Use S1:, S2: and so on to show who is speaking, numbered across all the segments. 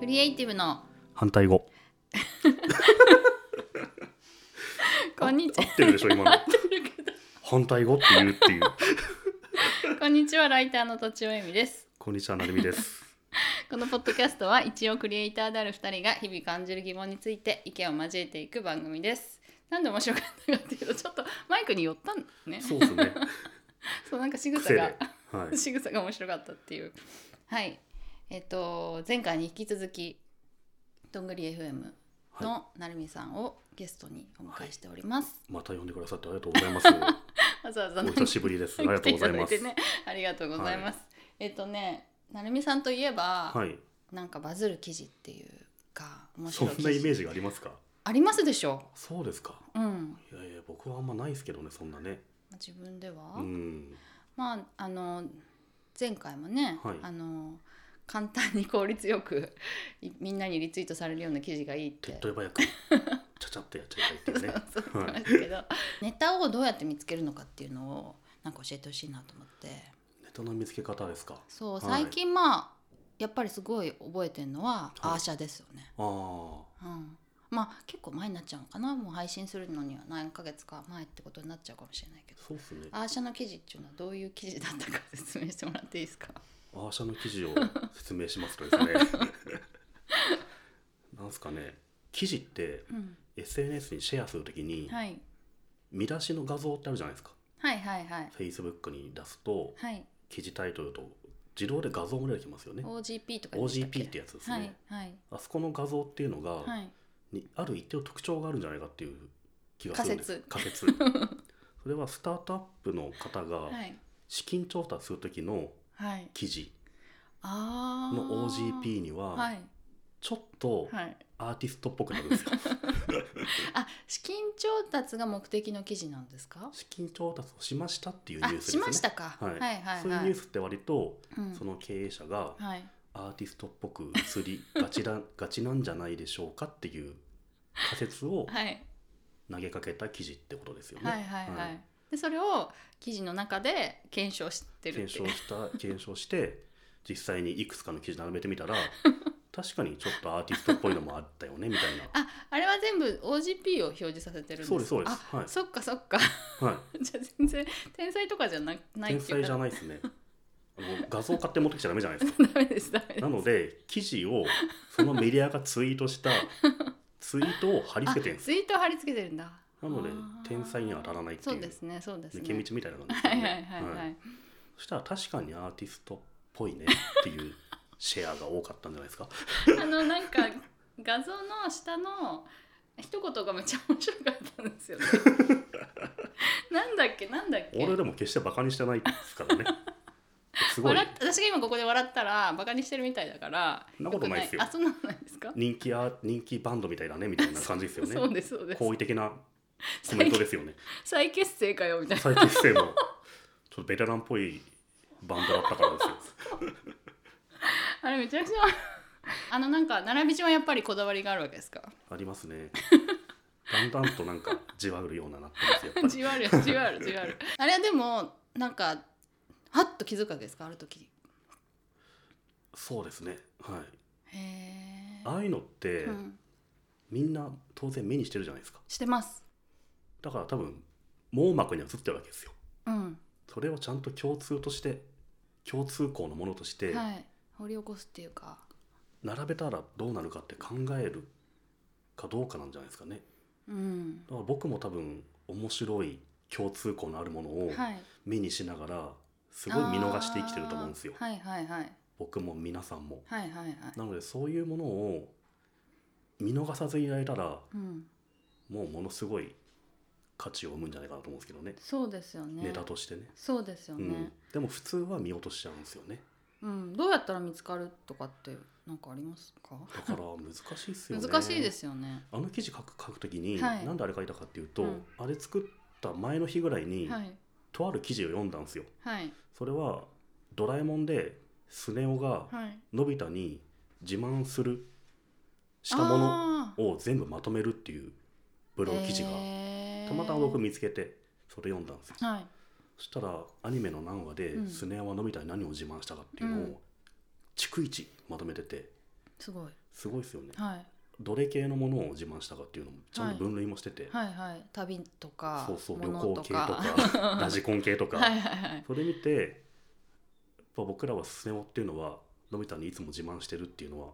S1: リエイティブの
S2: 反対 語
S1: こんにち
S2: 合ってるでしょ今の反対語って言うっていう
S1: はこんにちはライターのとちおえみです
S2: こんにちはなるみ です
S1: このポッドキャストは一応クリエイターである二人が日々感じる疑問について意見を交えていく番組ですなんで面白かったかっていうとちょっとマイクに寄ったんね
S2: そうですね
S1: そうなんか仕草
S2: 癖では
S1: が
S2: い
S1: 仕草が面白かったっていうはいえっと前回に引き続きどんぐり FM
S2: は
S1: のなるみさんをゲストにお迎えしております、
S2: いまた呼んでくださってありがとうございます
S1: わざわざな
S2: お
S1: んか
S2: 久しぶりですありがとうございま
S1: 来て
S2: す
S1: ただてね、ありがとうございます。えっとね、なるみさんといえば、
S2: はい
S1: なんかバズる記事っていうか面
S2: そ
S1: 白
S2: ん
S1: い記事
S2: なイメージがありますか
S1: ありますでしょ
S2: そうですか
S1: う。うん。
S2: いやいや僕はあんまないですけどねそんなね
S1: 自分では、
S2: うん
S1: まああの前回もね、
S2: はい
S1: あの簡単に効率よく いみんなにリツイートされるような記事がいいっ。
S2: 手って取り早 くちゃちゃっとやっちゃいたいっていうね
S1: そう言って
S2: は
S1: ま
S2: い
S1: したけど、ネタをどうやって見つけるのかっていうのをなんか教えてほしいなと思って
S2: ネタの見つけ方ですか
S1: そう
S2: はい
S1: 最近まあ、やっぱりすごい覚えてるのは、
S2: はい
S1: アーシャですよね
S2: ああ
S1: うん、まあ結構前になっちゃうのかなもう配信するのには何ヶ月か前ってことになっちゃうかもしれないけど
S2: そうっすね
S1: アーシャの記事っていうのはどういう記事だったか説明してもらっていいですか
S2: アーシャの記事を説明しますとですね なんすかね記事って
S1: うん、
S2: SNS にシェアするときに
S1: はい、
S2: 見出しの画像ってあるじゃないですか、
S1: はいはいはい
S2: Facebook に出すと
S1: はい
S2: 記事タイトルと自動で画像も出てきますよね
S1: OGP とか言いましたっけ
S2: OGP ってやつですね、
S1: はいはい
S2: あそこの画像っていうのが、
S1: はい
S2: にある一定の特徴があるんじゃないかっていう気がするんです仮説 それはスタートアップの方が
S1: はい
S2: 資金調達する時の
S1: はい
S2: 記事
S1: あー
S2: の OGP に
S1: は
S2: はいちょっと
S1: はい
S2: アーティストっぽくなる んですよ、
S1: あ資金調達が目的の記事なんですか
S2: 資金調達をしましたっていうニュ
S1: あ
S2: ースです
S1: し
S2: ね
S1: ましたか、
S2: はい
S1: はいはい
S2: そういう
S1: は
S2: ニュ
S1: い
S2: ースって割と
S1: うん
S2: その経営者が
S1: はい
S2: アーティストっぽく映りがち だがちなんじゃないでしょうかっていう仮説を
S1: はい
S2: 投げかけた記事ってことですよね。
S1: はいはいは
S2: はい
S1: い。でそれを記事の中で検証してる
S2: 検
S1: ってい
S2: 証
S1: う。
S2: した検証して実際にいくつかの記事並べてみ たら確かにちょっとアーティストっぽいのもあったよねみたいな。
S1: あ、あれは全部 OGP を表示させてるんです
S2: そうですそうです。
S1: あ、
S2: は
S1: そっかそっか。
S2: い、は
S1: じゃあ全然天才とかじゃなない
S2: い、天
S1: っていう
S2: 才じゃ
S1: か。
S2: ないですね。もう画像買って持ってきちゃダメじゃないですか。
S1: ダメですダメです
S2: な。ので記事をそのメディアがツイートしたツイートを貼り
S1: あ
S2: 付けてるんです。
S1: ツイートを貼り付けてるんだ。
S2: なので
S1: あー
S2: 天才には当たらないっていう
S1: そうですねそうですね。
S2: 抜け道みたいな感じです
S1: は
S2: よ
S1: い
S2: ね。
S1: はいはいはい。
S2: そしたら確かにアーティストっぽいねっていうシェアが多かったんじゃないです か。
S1: あのなんか画像の下の一言がめっちゃ面白かったんです よね。なんだっけなんだっけ。
S2: 俺でも決してバカにしてないですから ね。すごい
S1: 笑っ私が今ここで笑ったらバカにしてるみたいだから
S2: そんなことないですよ
S1: くあそんなことないですか
S2: 人気ア人気バンドみたいだねみたいな感じですよ ね。
S1: そうですそうです
S2: 好意的なコメントですよね。
S1: 再結成かよみたい な
S2: 最近生のちょっとベテランっぽいバンドだったからですよ。
S1: あれめちゃくちゃあのなんか並び順はやっぱりこだわりがあるわけです か
S2: あります ね。だんだんとなんかじわるようななってますやっぱり。
S1: じわるじわるじわるあれはでもなんかはっと気づくわけですかある時
S2: そうですね。はい。
S1: へえ、
S2: ああいうのって、
S1: うん、
S2: みんな当然目にしてるじゃないですか。
S1: してます
S2: だから多分網膜には映ってるわけですよ。
S1: うん
S2: それをちゃんと共通として共通項のものとして
S1: はい掘り起こすっていうか
S2: 並べたらどうなるかって考えるかどうかなんじゃないですかね。
S1: うん
S2: だから僕も多分面白い共通項のあるものを
S1: はい
S2: 目にしながらすごい見逃して生きてると思うんですよ
S1: あ。ーはいはいはい
S2: 僕も皆さんも。
S1: はいはいはい
S2: なのでそういうものを見逃さずにやれたら
S1: うん
S2: もうものすごい価値を生むんじゃないかなと思うんですけどね。
S1: そうですよね
S2: ネタとしてね。
S1: そうですよ
S2: う
S1: ね、
S2: ん、でも普通は見落としちゃうんですよね。
S1: うん、どうやったら見つかるとかってなんかありますか？
S2: だから難しいですよね。
S1: 難しいですよね。
S2: あの記事書く書くときに、
S1: はい
S2: なんであれ書いたかっていうと、
S1: うん
S2: あれ作った前の日ぐらいに、
S1: はい
S2: とある記事を読んだんですよ。
S1: はい
S2: それは「ドラえもん」でスネ夫が
S1: はい。
S2: のび太に自慢するしたもの
S1: の
S2: を全部まとめるっていうブログ記事が、たまたま僕見つけてそれ読んだんですよ。
S1: はい
S2: そしたらアニメの何話で、
S1: うん
S2: スネ夫はのび太に何を自慢したかっていうのを、
S1: うん
S2: 逐一まとめてて
S1: すごい。
S2: すごいですよね
S1: はい
S2: どれ系のものを自慢したかっていうのもちゃんと分類もしてて、
S1: はいはい旅とか
S2: そうそう旅
S1: 物
S2: 行系とか ラジコン系と か、
S1: はいはいはい
S2: それ見てやっぱ僕らはスネ夫っていうのはのび太にいつも自慢してるっていうのは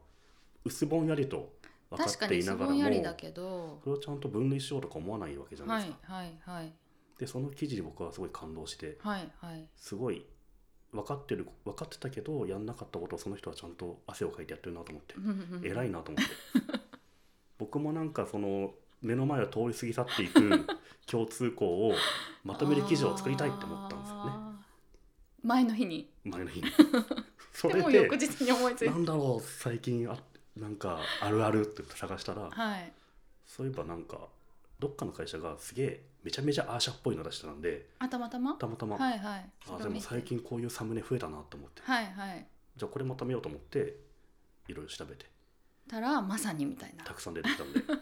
S2: 薄ぼんやりと分か
S1: 確か
S2: って
S1: に
S2: い
S1: す
S2: ながら
S1: ご
S2: も
S1: いやりだ
S2: そ
S1: けど
S2: れをちゃんと分類しようとか思わないわけじゃない
S1: は
S2: で
S1: い
S2: すか。
S1: はいはい
S2: でその記事に僕はすごい感動して
S1: はいはい
S2: すごい分かってる分かってたけどやんなかったことをその人はちゃんと汗をかいてやってるなと思って偉いなと思って 僕もなんかその目の前を通り過ぎ去ってい く共通項をまとめる記事を作りたいって思ったんですよ ね
S1: あー前の日に
S2: 前の日 にそ
S1: で
S2: れ
S1: も
S2: で
S1: 翌日に思いつい
S2: なんだろう最近あなんかあるあるって探したら
S1: たはい
S2: そういえばなんかどっかの会社がすげえめちゃめちゃアーシャっぽいの出してたんで
S1: あたまたま
S2: たまたま、
S1: はいはい
S2: あでも最近こういうサムネ増えたなと思って、
S1: はいはい
S2: じゃあこれまとめようと思っていろいろ調べて
S1: たらまさにみたいな
S2: たくさん出てきたんで じゃ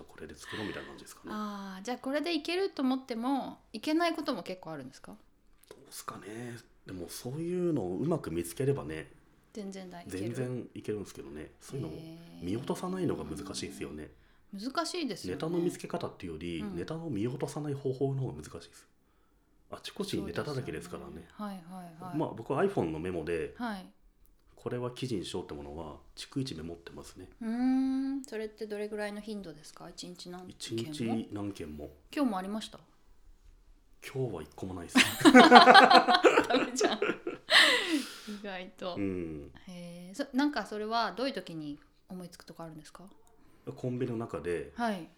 S2: あこれで作ろうみたいな感じですかね。
S1: あーじゃあこれでいけると思ってもいけないことも結構あるんですか
S2: どうすかねでもそういうのをうまく見つければね
S1: 全然大いける
S2: 全然いけるんですけどねそういうのを
S1: へー
S2: 見落とさないのが難しいですよね
S1: 難しいですよ
S2: ネ
S1: ね
S2: タの見つけ方っていうより、
S1: うん
S2: ネタを見落とさない方法の方が難しいですあちこちにネタだらけですからね
S1: そうですよはいはいはい
S2: まあ僕は iPhone のメモで
S1: はい
S2: これは記事にしようってものは逐一メモってますね
S1: うーんそれってどれぐらいの頻度ですか一日何
S2: 一
S1: 件も
S2: 日何件も
S1: 今日もありました
S2: 今日は一個もない ですね
S1: ダメじゃん 意外と、
S2: うん
S1: へえそなんかそれはどういう時に思いつくとかあるんですか
S2: コンビニの中で
S1: はい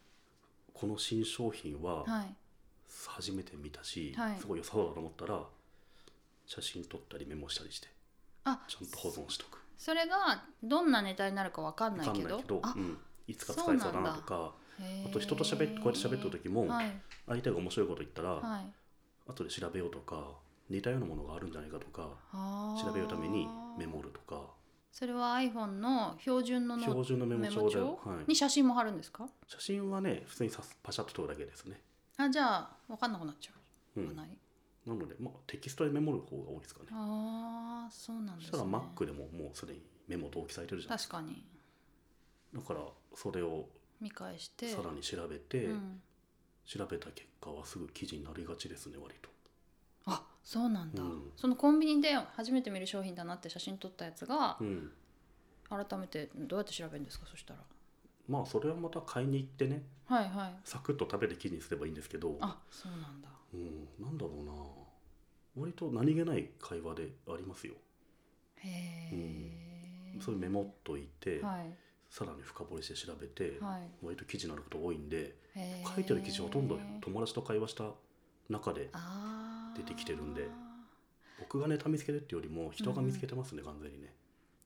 S2: この新商品は
S1: はい
S2: 初めて見たし、
S1: はい
S2: すごい良さそうだと思ったら写真撮ったりメモしたりして
S1: あ
S2: ちゃんと保存しとく
S1: それがどんなネタになるかわかん
S2: 分
S1: ない
S2: かん
S1: け
S2: ない
S1: ど
S2: けど
S1: あ
S2: うん、いつか使えそうだなとか
S1: へえ
S2: あと人と喋ってこうやって喋ってる時も
S1: はい
S2: 相手が面白いこと言ったら、
S1: はい
S2: 後で調べようとか似たようなものがあるんじゃないかとか
S1: あー
S2: 調べようためにメモるとか
S1: それは iPhone の標準の
S2: 標
S1: の
S2: 準のメモ
S1: メモ
S2: 帳で、
S1: 帳
S2: はい、
S1: に写真も貼るんですか
S2: 写真はね普通にさパシャッと撮るだけですね、
S1: あじゃあ分かんなくなっちゃ
S2: う
S1: う、
S2: ん、な
S1: ない
S2: ので、まあ、テキストでメモる方が多いですかね
S1: あーそうなん
S2: そ
S1: で
S2: し
S1: す
S2: た
S1: ね
S2: ら Mac でももうすでにメモ登記されてるじゃん
S1: 確かに
S2: だからそれを
S1: 見返して
S2: さらに調べて、
S1: うん、
S2: 調べた結果はすぐ記事になりがちですね割と
S1: あそうなんだ、
S2: うん
S1: そのコンビニで初めて見る商品だなって写真撮ったやつが
S2: うん
S1: 改めてどうやって調べるんですかそしたら
S2: まあそれはまた買いに行ってね
S1: はいはい
S2: サクッと食べて記事にすればいいんですけど、
S1: あそうなんだ
S2: うん、なんだろうな割と何気ない会話でありますよ
S1: へえ、
S2: それメモっといて、
S1: はい
S2: さらに深掘りして調べて、
S1: はい
S2: 割と記事になること多いんで
S1: へー
S2: 書いてる記事ほとんど友達と会話した中で
S1: あー
S2: 出てきてるんで僕がネタ見つけるっていうよりも人が見つけてますね、完全にね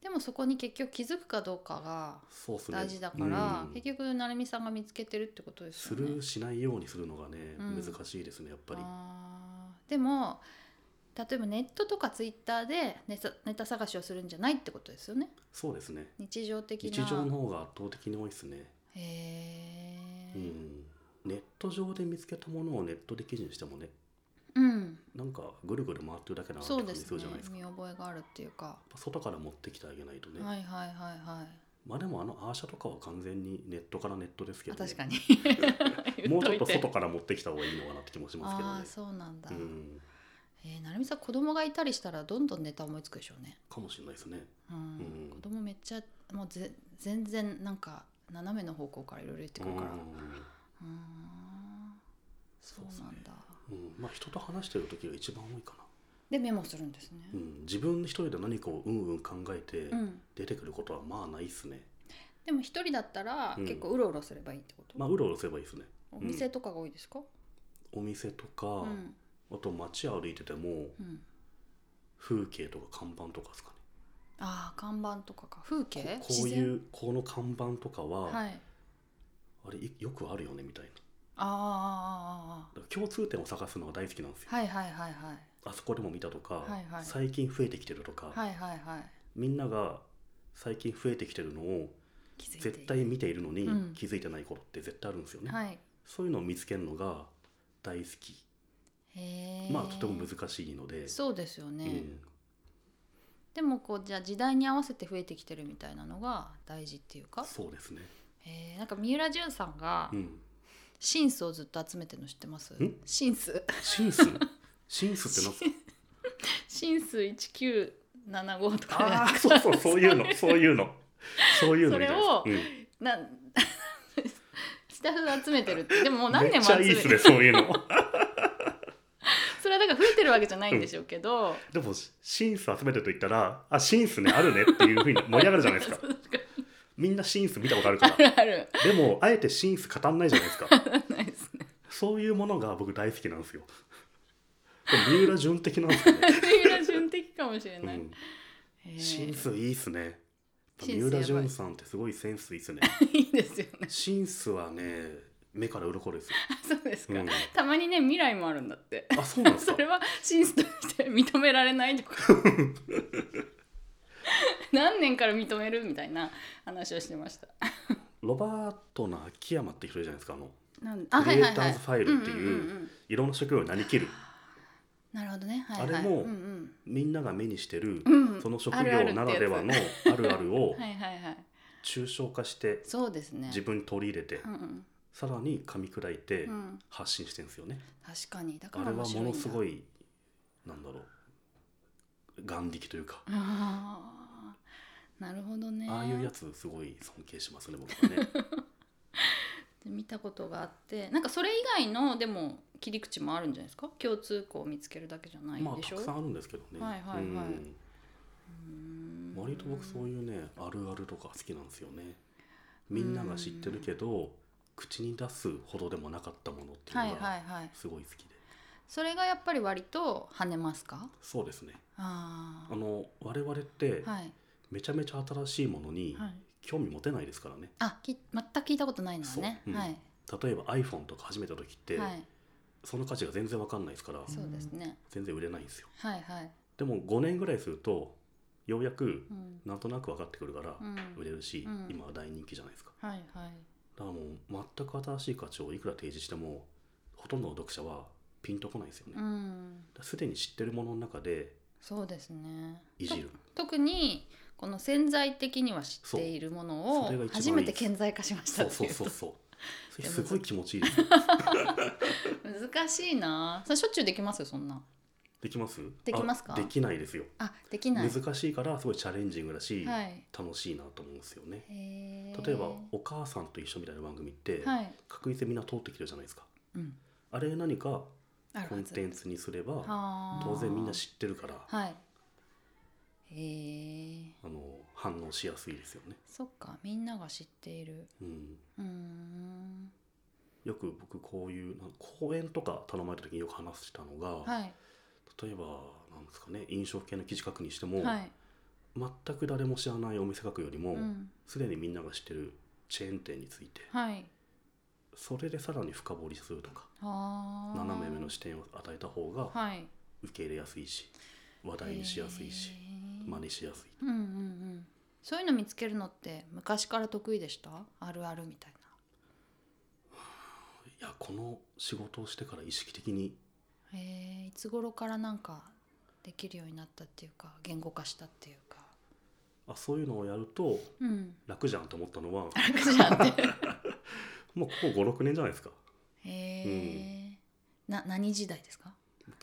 S1: でもそこに結局気づくかどうかが
S2: そうですね
S1: 大事だから、
S2: うん
S1: 結局成美さんが見つけてるってことです
S2: す
S1: よね
S2: るしないようにするのがね、
S1: うん
S2: 難しいですねやっぱり
S1: あーでも例えばネットとかツイッターでネタネタ探しをするんじゃないってことですよね
S2: そうですね
S1: 日常的な
S2: 日常の方が圧倒的に多いですね
S1: へえ
S2: うんネット上で見つけたものをネットで記事にしてもね
S1: うん、
S2: なんかぐるぐる回ってるだけだなって
S1: そう
S2: 感
S1: で
S2: じ
S1: す
S2: する
S1: ね
S2: じゃないですか
S1: 見覚えがあるっていうか、
S2: やっぱ外から持ってきてあげないとね、
S1: はいはいはいはい
S2: まあでもあのアーシャとかは完全にネットからネットですけ
S1: あ
S2: ど、
S1: 確か に
S2: もうちょ
S1: 言
S2: っと
S1: と
S2: 外から持ってきた方がいいのかなって気もしますけど
S1: ああ
S2: ね
S1: ーそうなんだ、
S2: うん
S1: えー、成美さん子供がいたりしたらどんどんネタ思いつくでしょうね
S2: かもしれないですね
S1: うん、
S2: うん
S1: 子供めっちゃもうぜ全然なんか斜めの方向からいろいろ言ってくるからうんそうなんだ
S2: うん、うんまあ人と話してる時が一番多いかな、
S1: でメモするんですね、
S2: うん、自分一人で何かをうんうん考えて
S1: うん
S2: 出てくることはまあないっすね
S1: でも一人だったら
S2: うん
S1: 結構うろうろすればいいってこと、
S2: まあうろうろすればいいですね
S1: お店とかが多いですか、
S2: お店と
S1: う
S2: か、
S1: ん
S2: あと街歩いてても
S1: うん、
S2: 風景とか看板とかですか
S1: ああ看板とかか風景
S2: ねここう
S1: 自然
S2: いうこの看板とかは、
S1: はい
S2: あれいよくあるよねみたいな
S1: あ
S2: だから共通点を探すのが大好きなんですよ
S1: あはいはいはいはい
S2: あそこでも見たとか、
S1: はいはい
S2: 最近増えてきてるとか、
S1: はいはいはい
S2: みんなが最近増えてきてるのを
S1: 気づいている
S2: 絶対見ているのに
S1: うん
S2: 気づいてないことって絶対あるんですよね、
S1: はい
S2: そういうのを見つけるのが大好き
S1: へえ
S2: まあとても難しいので、
S1: そうですよね、
S2: うん
S1: でもこうじゃあ時代に合わせて増えてきてるみたいなのが大事っていうか、
S2: そうですね
S1: えーなんか三浦淳さんが
S2: うん
S1: シンスをずっと集めてるの知ってます
S2: ん
S1: シンス
S2: シンスシンスってなん すか
S1: シンス1975とか
S2: ああそう そうそういうのそういうのそういうのみたいな
S1: それ
S2: うん
S1: な スタッフ集めてるってでももう何
S2: め
S1: 年
S2: っ
S1: も集
S2: ちゃいい
S1: め
S2: ってす
S1: る
S2: ねそういうの
S1: それはだから増えてるわけじゃないんでしょうけど、
S2: でもシンス集めてると言ったらあシンスねあるねっていうふうに盛り上がるじゃな いですかみんなシンス見たことあるか
S1: あ
S2: ら
S1: るある
S2: でもあえてシンス語んないじゃないですか
S1: ないですね
S2: そういうものが僕大好きなんですよでも三浦純的なんですよね、
S1: 三浦純的かもしれ
S2: う
S1: ない、
S2: ん、
S1: えー
S2: シンスいいっすね
S1: シ
S2: 三
S1: ンスやば
S2: 浦
S1: い
S2: 純さんってすごいセンスいいっすね
S1: いいですよね
S2: シンスはね目から鱗ですよ、
S1: そうですか、
S2: うん
S1: たまにね未来もあるんだ って
S2: あそうなんです
S1: そ
S2: か
S1: れはシンスとして認められないと か何年から認めるみたいな話をしてました
S2: ロバートの秋山って人いるじゃないですかあの
S1: なん
S2: クリエイターズファイルっていう,、
S1: んんんん
S2: いろんな職業になりきる
S1: なるほどねはいはい
S2: あれも
S1: うんうん
S2: みんなが目にしてる、
S1: うん
S2: その職
S1: あるあるって
S2: 業
S1: や
S2: な
S1: つ
S2: らではのあるあるを
S1: はいはいはい
S2: 抽象化して
S1: そうですね
S2: 自分に取り入れて、
S1: うんうん
S2: さらに噛み砕いて
S1: うん
S2: 発信してるんですよね、
S1: 確かにだか
S2: あ
S1: ら
S2: れはものすご
S1: い
S2: いなんだろう眼力というか、
S1: あーなるほどね
S2: ああいうやつすごい尊敬しますね僕は ね
S1: 見たことがあってなんかそれ以外のでも切り口もあるんじゃないですか共通項を見つけるだけじゃない
S2: まあ
S1: でしたょ、
S2: くさんあるんですけどね、
S1: はいはいはい
S2: うん割と僕そう
S1: いう
S2: いうねあるあるとか好きなんですよねみんなが知ってるけど口に出すほどでもなかったものっていう
S1: はい
S2: の
S1: は
S2: が
S1: いはい
S2: すごい好きで、
S1: それがやっぱり割と跳ねますか
S2: そうですね
S1: あ
S2: あの我々って
S1: あはい
S2: めちゃめちゃ新しいものに
S1: はい
S2: 興味持てないですからね
S1: あき全く聞いたことないのはね
S2: そううん
S1: はい
S2: 例えば iPhone とか始めた時って、
S1: はい
S2: その価値が全然わかんないですから
S1: そうですね
S2: 全然売れないんですよ
S1: はいはい
S2: でも5年ぐらいするとようやく
S1: うん
S2: なんとなく分かってくるから
S1: うん
S2: 売れるし、
S1: うん
S2: 今は大人気じゃないですか
S1: はいはい
S2: だからもう全く新しい価値をいくら提示してもほとんどの読者はピンとこないですよね、
S1: う
S2: だか
S1: ん
S2: らすでに知ってるものの中で
S1: そうですね
S2: い じる
S1: と特にこの潜在的には知っているもの
S2: そうそれが
S1: を
S2: 一番いい
S1: 初めて顕在化しました
S2: そう
S1: ってい
S2: そ
S1: うう
S2: そうそうそれすごい気持ちいいですよ
S1: 難しいなそれしょっちゅうできますよそんな
S2: できます
S1: できますか
S2: あできないですよ
S1: あできない
S2: 難しいからすごいチャレンジングだし、
S1: はい
S2: 楽しいなと思うんですよね
S1: へー
S2: 例えば「お母さんと一緒」みたいな番組って、
S1: はい、
S2: 確実にみんな通ってきてるじゃないですか
S1: うん、
S2: あれ何か
S1: ある
S2: コ
S1: は
S2: ン
S1: ず
S2: テンツにすれば
S1: あー
S2: 当然みんな知ってるから
S1: はいへえ
S2: あの反応しやすいですよね、
S1: そっかみんなが知っている
S2: うん、
S1: うーん
S2: よく僕こういうなん講演とか頼まれた時によく話したのが、
S1: はい
S2: 例えばなんですかね飲食系の記事書くにしても、
S1: はい
S2: 全く誰も知らないお店書くよりも
S1: うん
S2: すで、にみんなが知ってるチェーン店について
S1: はい
S2: それでさらに深掘りするとか
S1: あー
S2: 斜め目の視点を与えた方が
S1: はい
S2: 受け入れやすいし話題にしやすいし
S1: へー
S2: 真似しやすい
S1: うんうんうんそういうの見つけるのって昔から得意でしたあるあるみたい
S2: いやこの仕事をしてから意識的に
S1: なへえいつ頃からなんかできるようになったっていうか言語化したっていうか
S2: あそういうのをやると
S1: うん
S2: 楽じゃんと思ったのは
S1: 楽じゃんって
S2: もうここ56年じゃないですか
S1: へえ、な何時代ですか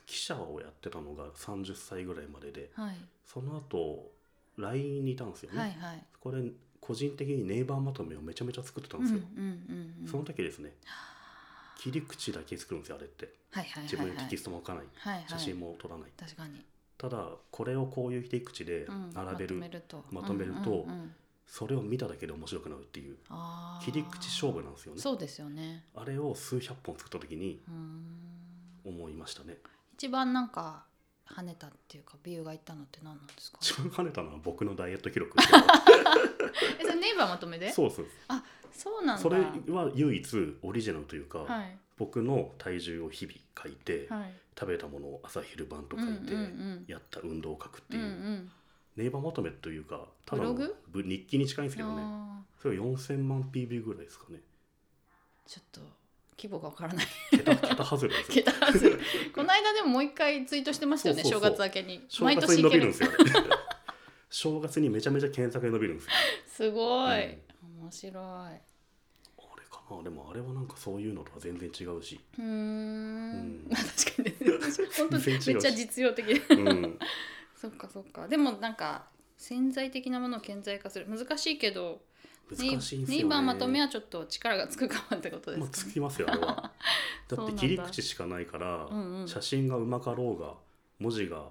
S2: 記者をやってたのが30歳ぐらいまでで
S1: はい、
S2: その後 LINE にいたんですよね、
S1: はいはい
S2: これ個人的にネイバーまとめをめちゃめちゃ作ってたん
S1: うん
S2: で
S1: うん
S2: すよ、
S1: うんうん
S2: その時ですね切り口だけ作るんですよあれって
S1: はいはい
S2: 自
S1: はい
S2: 分
S1: はい
S2: でテキストも置かない、
S1: はいはい
S2: 写真も撮らない
S1: 確かに、
S2: ただこれをこういう切り口で
S1: うん、
S2: 並べる,、
S1: まとめると
S2: まとめると
S1: うんうんうん
S2: それを見ただけで面白くなるっていう
S1: あー
S2: 切り口勝負なんですよね
S1: そうですよね
S2: あれを数百本作った時に
S1: うーん
S2: 思いましたね
S1: 一番なんか跳ねたっていうかビューがいったのって何なんですか
S2: 一番跳ねたのは僕のダイエット記録っていうのが
S1: えそれネイバーまとめで
S2: そうそう
S1: そうなんだ
S2: それは唯一オリジナルというか、
S1: はい
S2: 僕の体重を日々書いて、
S1: はい
S2: 食べたものを朝昼晩と書いて、
S1: うんうん
S2: やった運動を書くって
S1: うんうん
S2: いう、
S1: うん
S2: ネイバーまとめというかただの
S1: ブログ
S2: ぶ日記に近いんですけどね
S1: あ
S2: それは4000万 PV ぐらいですか ね
S1: ーちょっと規模がわからない
S2: 桁桁外れですよ
S1: 桁外 れこの間でももう一回ツイートしてましたよね
S2: そうそうそう
S1: 正月明けに
S2: 正月に伸びるんですよね 正月にめちゃめちゃ検索で伸びるんですよ
S1: すごい、
S2: う
S1: 面白い
S2: あれかなでもあれはなんかそういうのとは全然違うし、
S1: うーん
S2: うん
S1: 確かにね本当にめ
S2: 全
S1: っ
S2: 然違う
S1: ち
S2: し
S1: ゃ実用的
S2: うん、
S1: そっかそっかでもなんか潜在的なものを顕在化する難しいけど
S2: 難しいんですよね
S1: ネイバーまとめはちょっと力がつくかもってことで
S2: まあ、
S1: す
S2: つ
S1: かね、
S2: きますよあれ は
S1: そう
S2: だっ
S1: なん
S2: て
S1: だ
S2: 切り口しかないから、
S1: うんうん
S2: 写真がうまかろうが文字が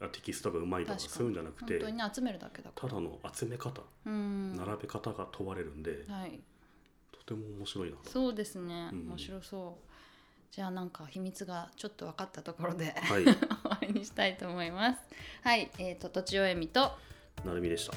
S2: あテキストがうまいとか
S1: 確かに
S2: そういうんじゃなくて
S1: 本当にね集めるだけだか
S2: ただの集め方、
S1: らうん
S2: 並べ方が問われるんで、
S1: はい
S2: とても面白いなと。
S1: そうですね
S2: うん
S1: 面白そうじゃあなんか秘密がちょっと分かったところで
S2: はい、
S1: 終わりにしたいと思いますはいえー、ととちおえみと
S2: なるみでした。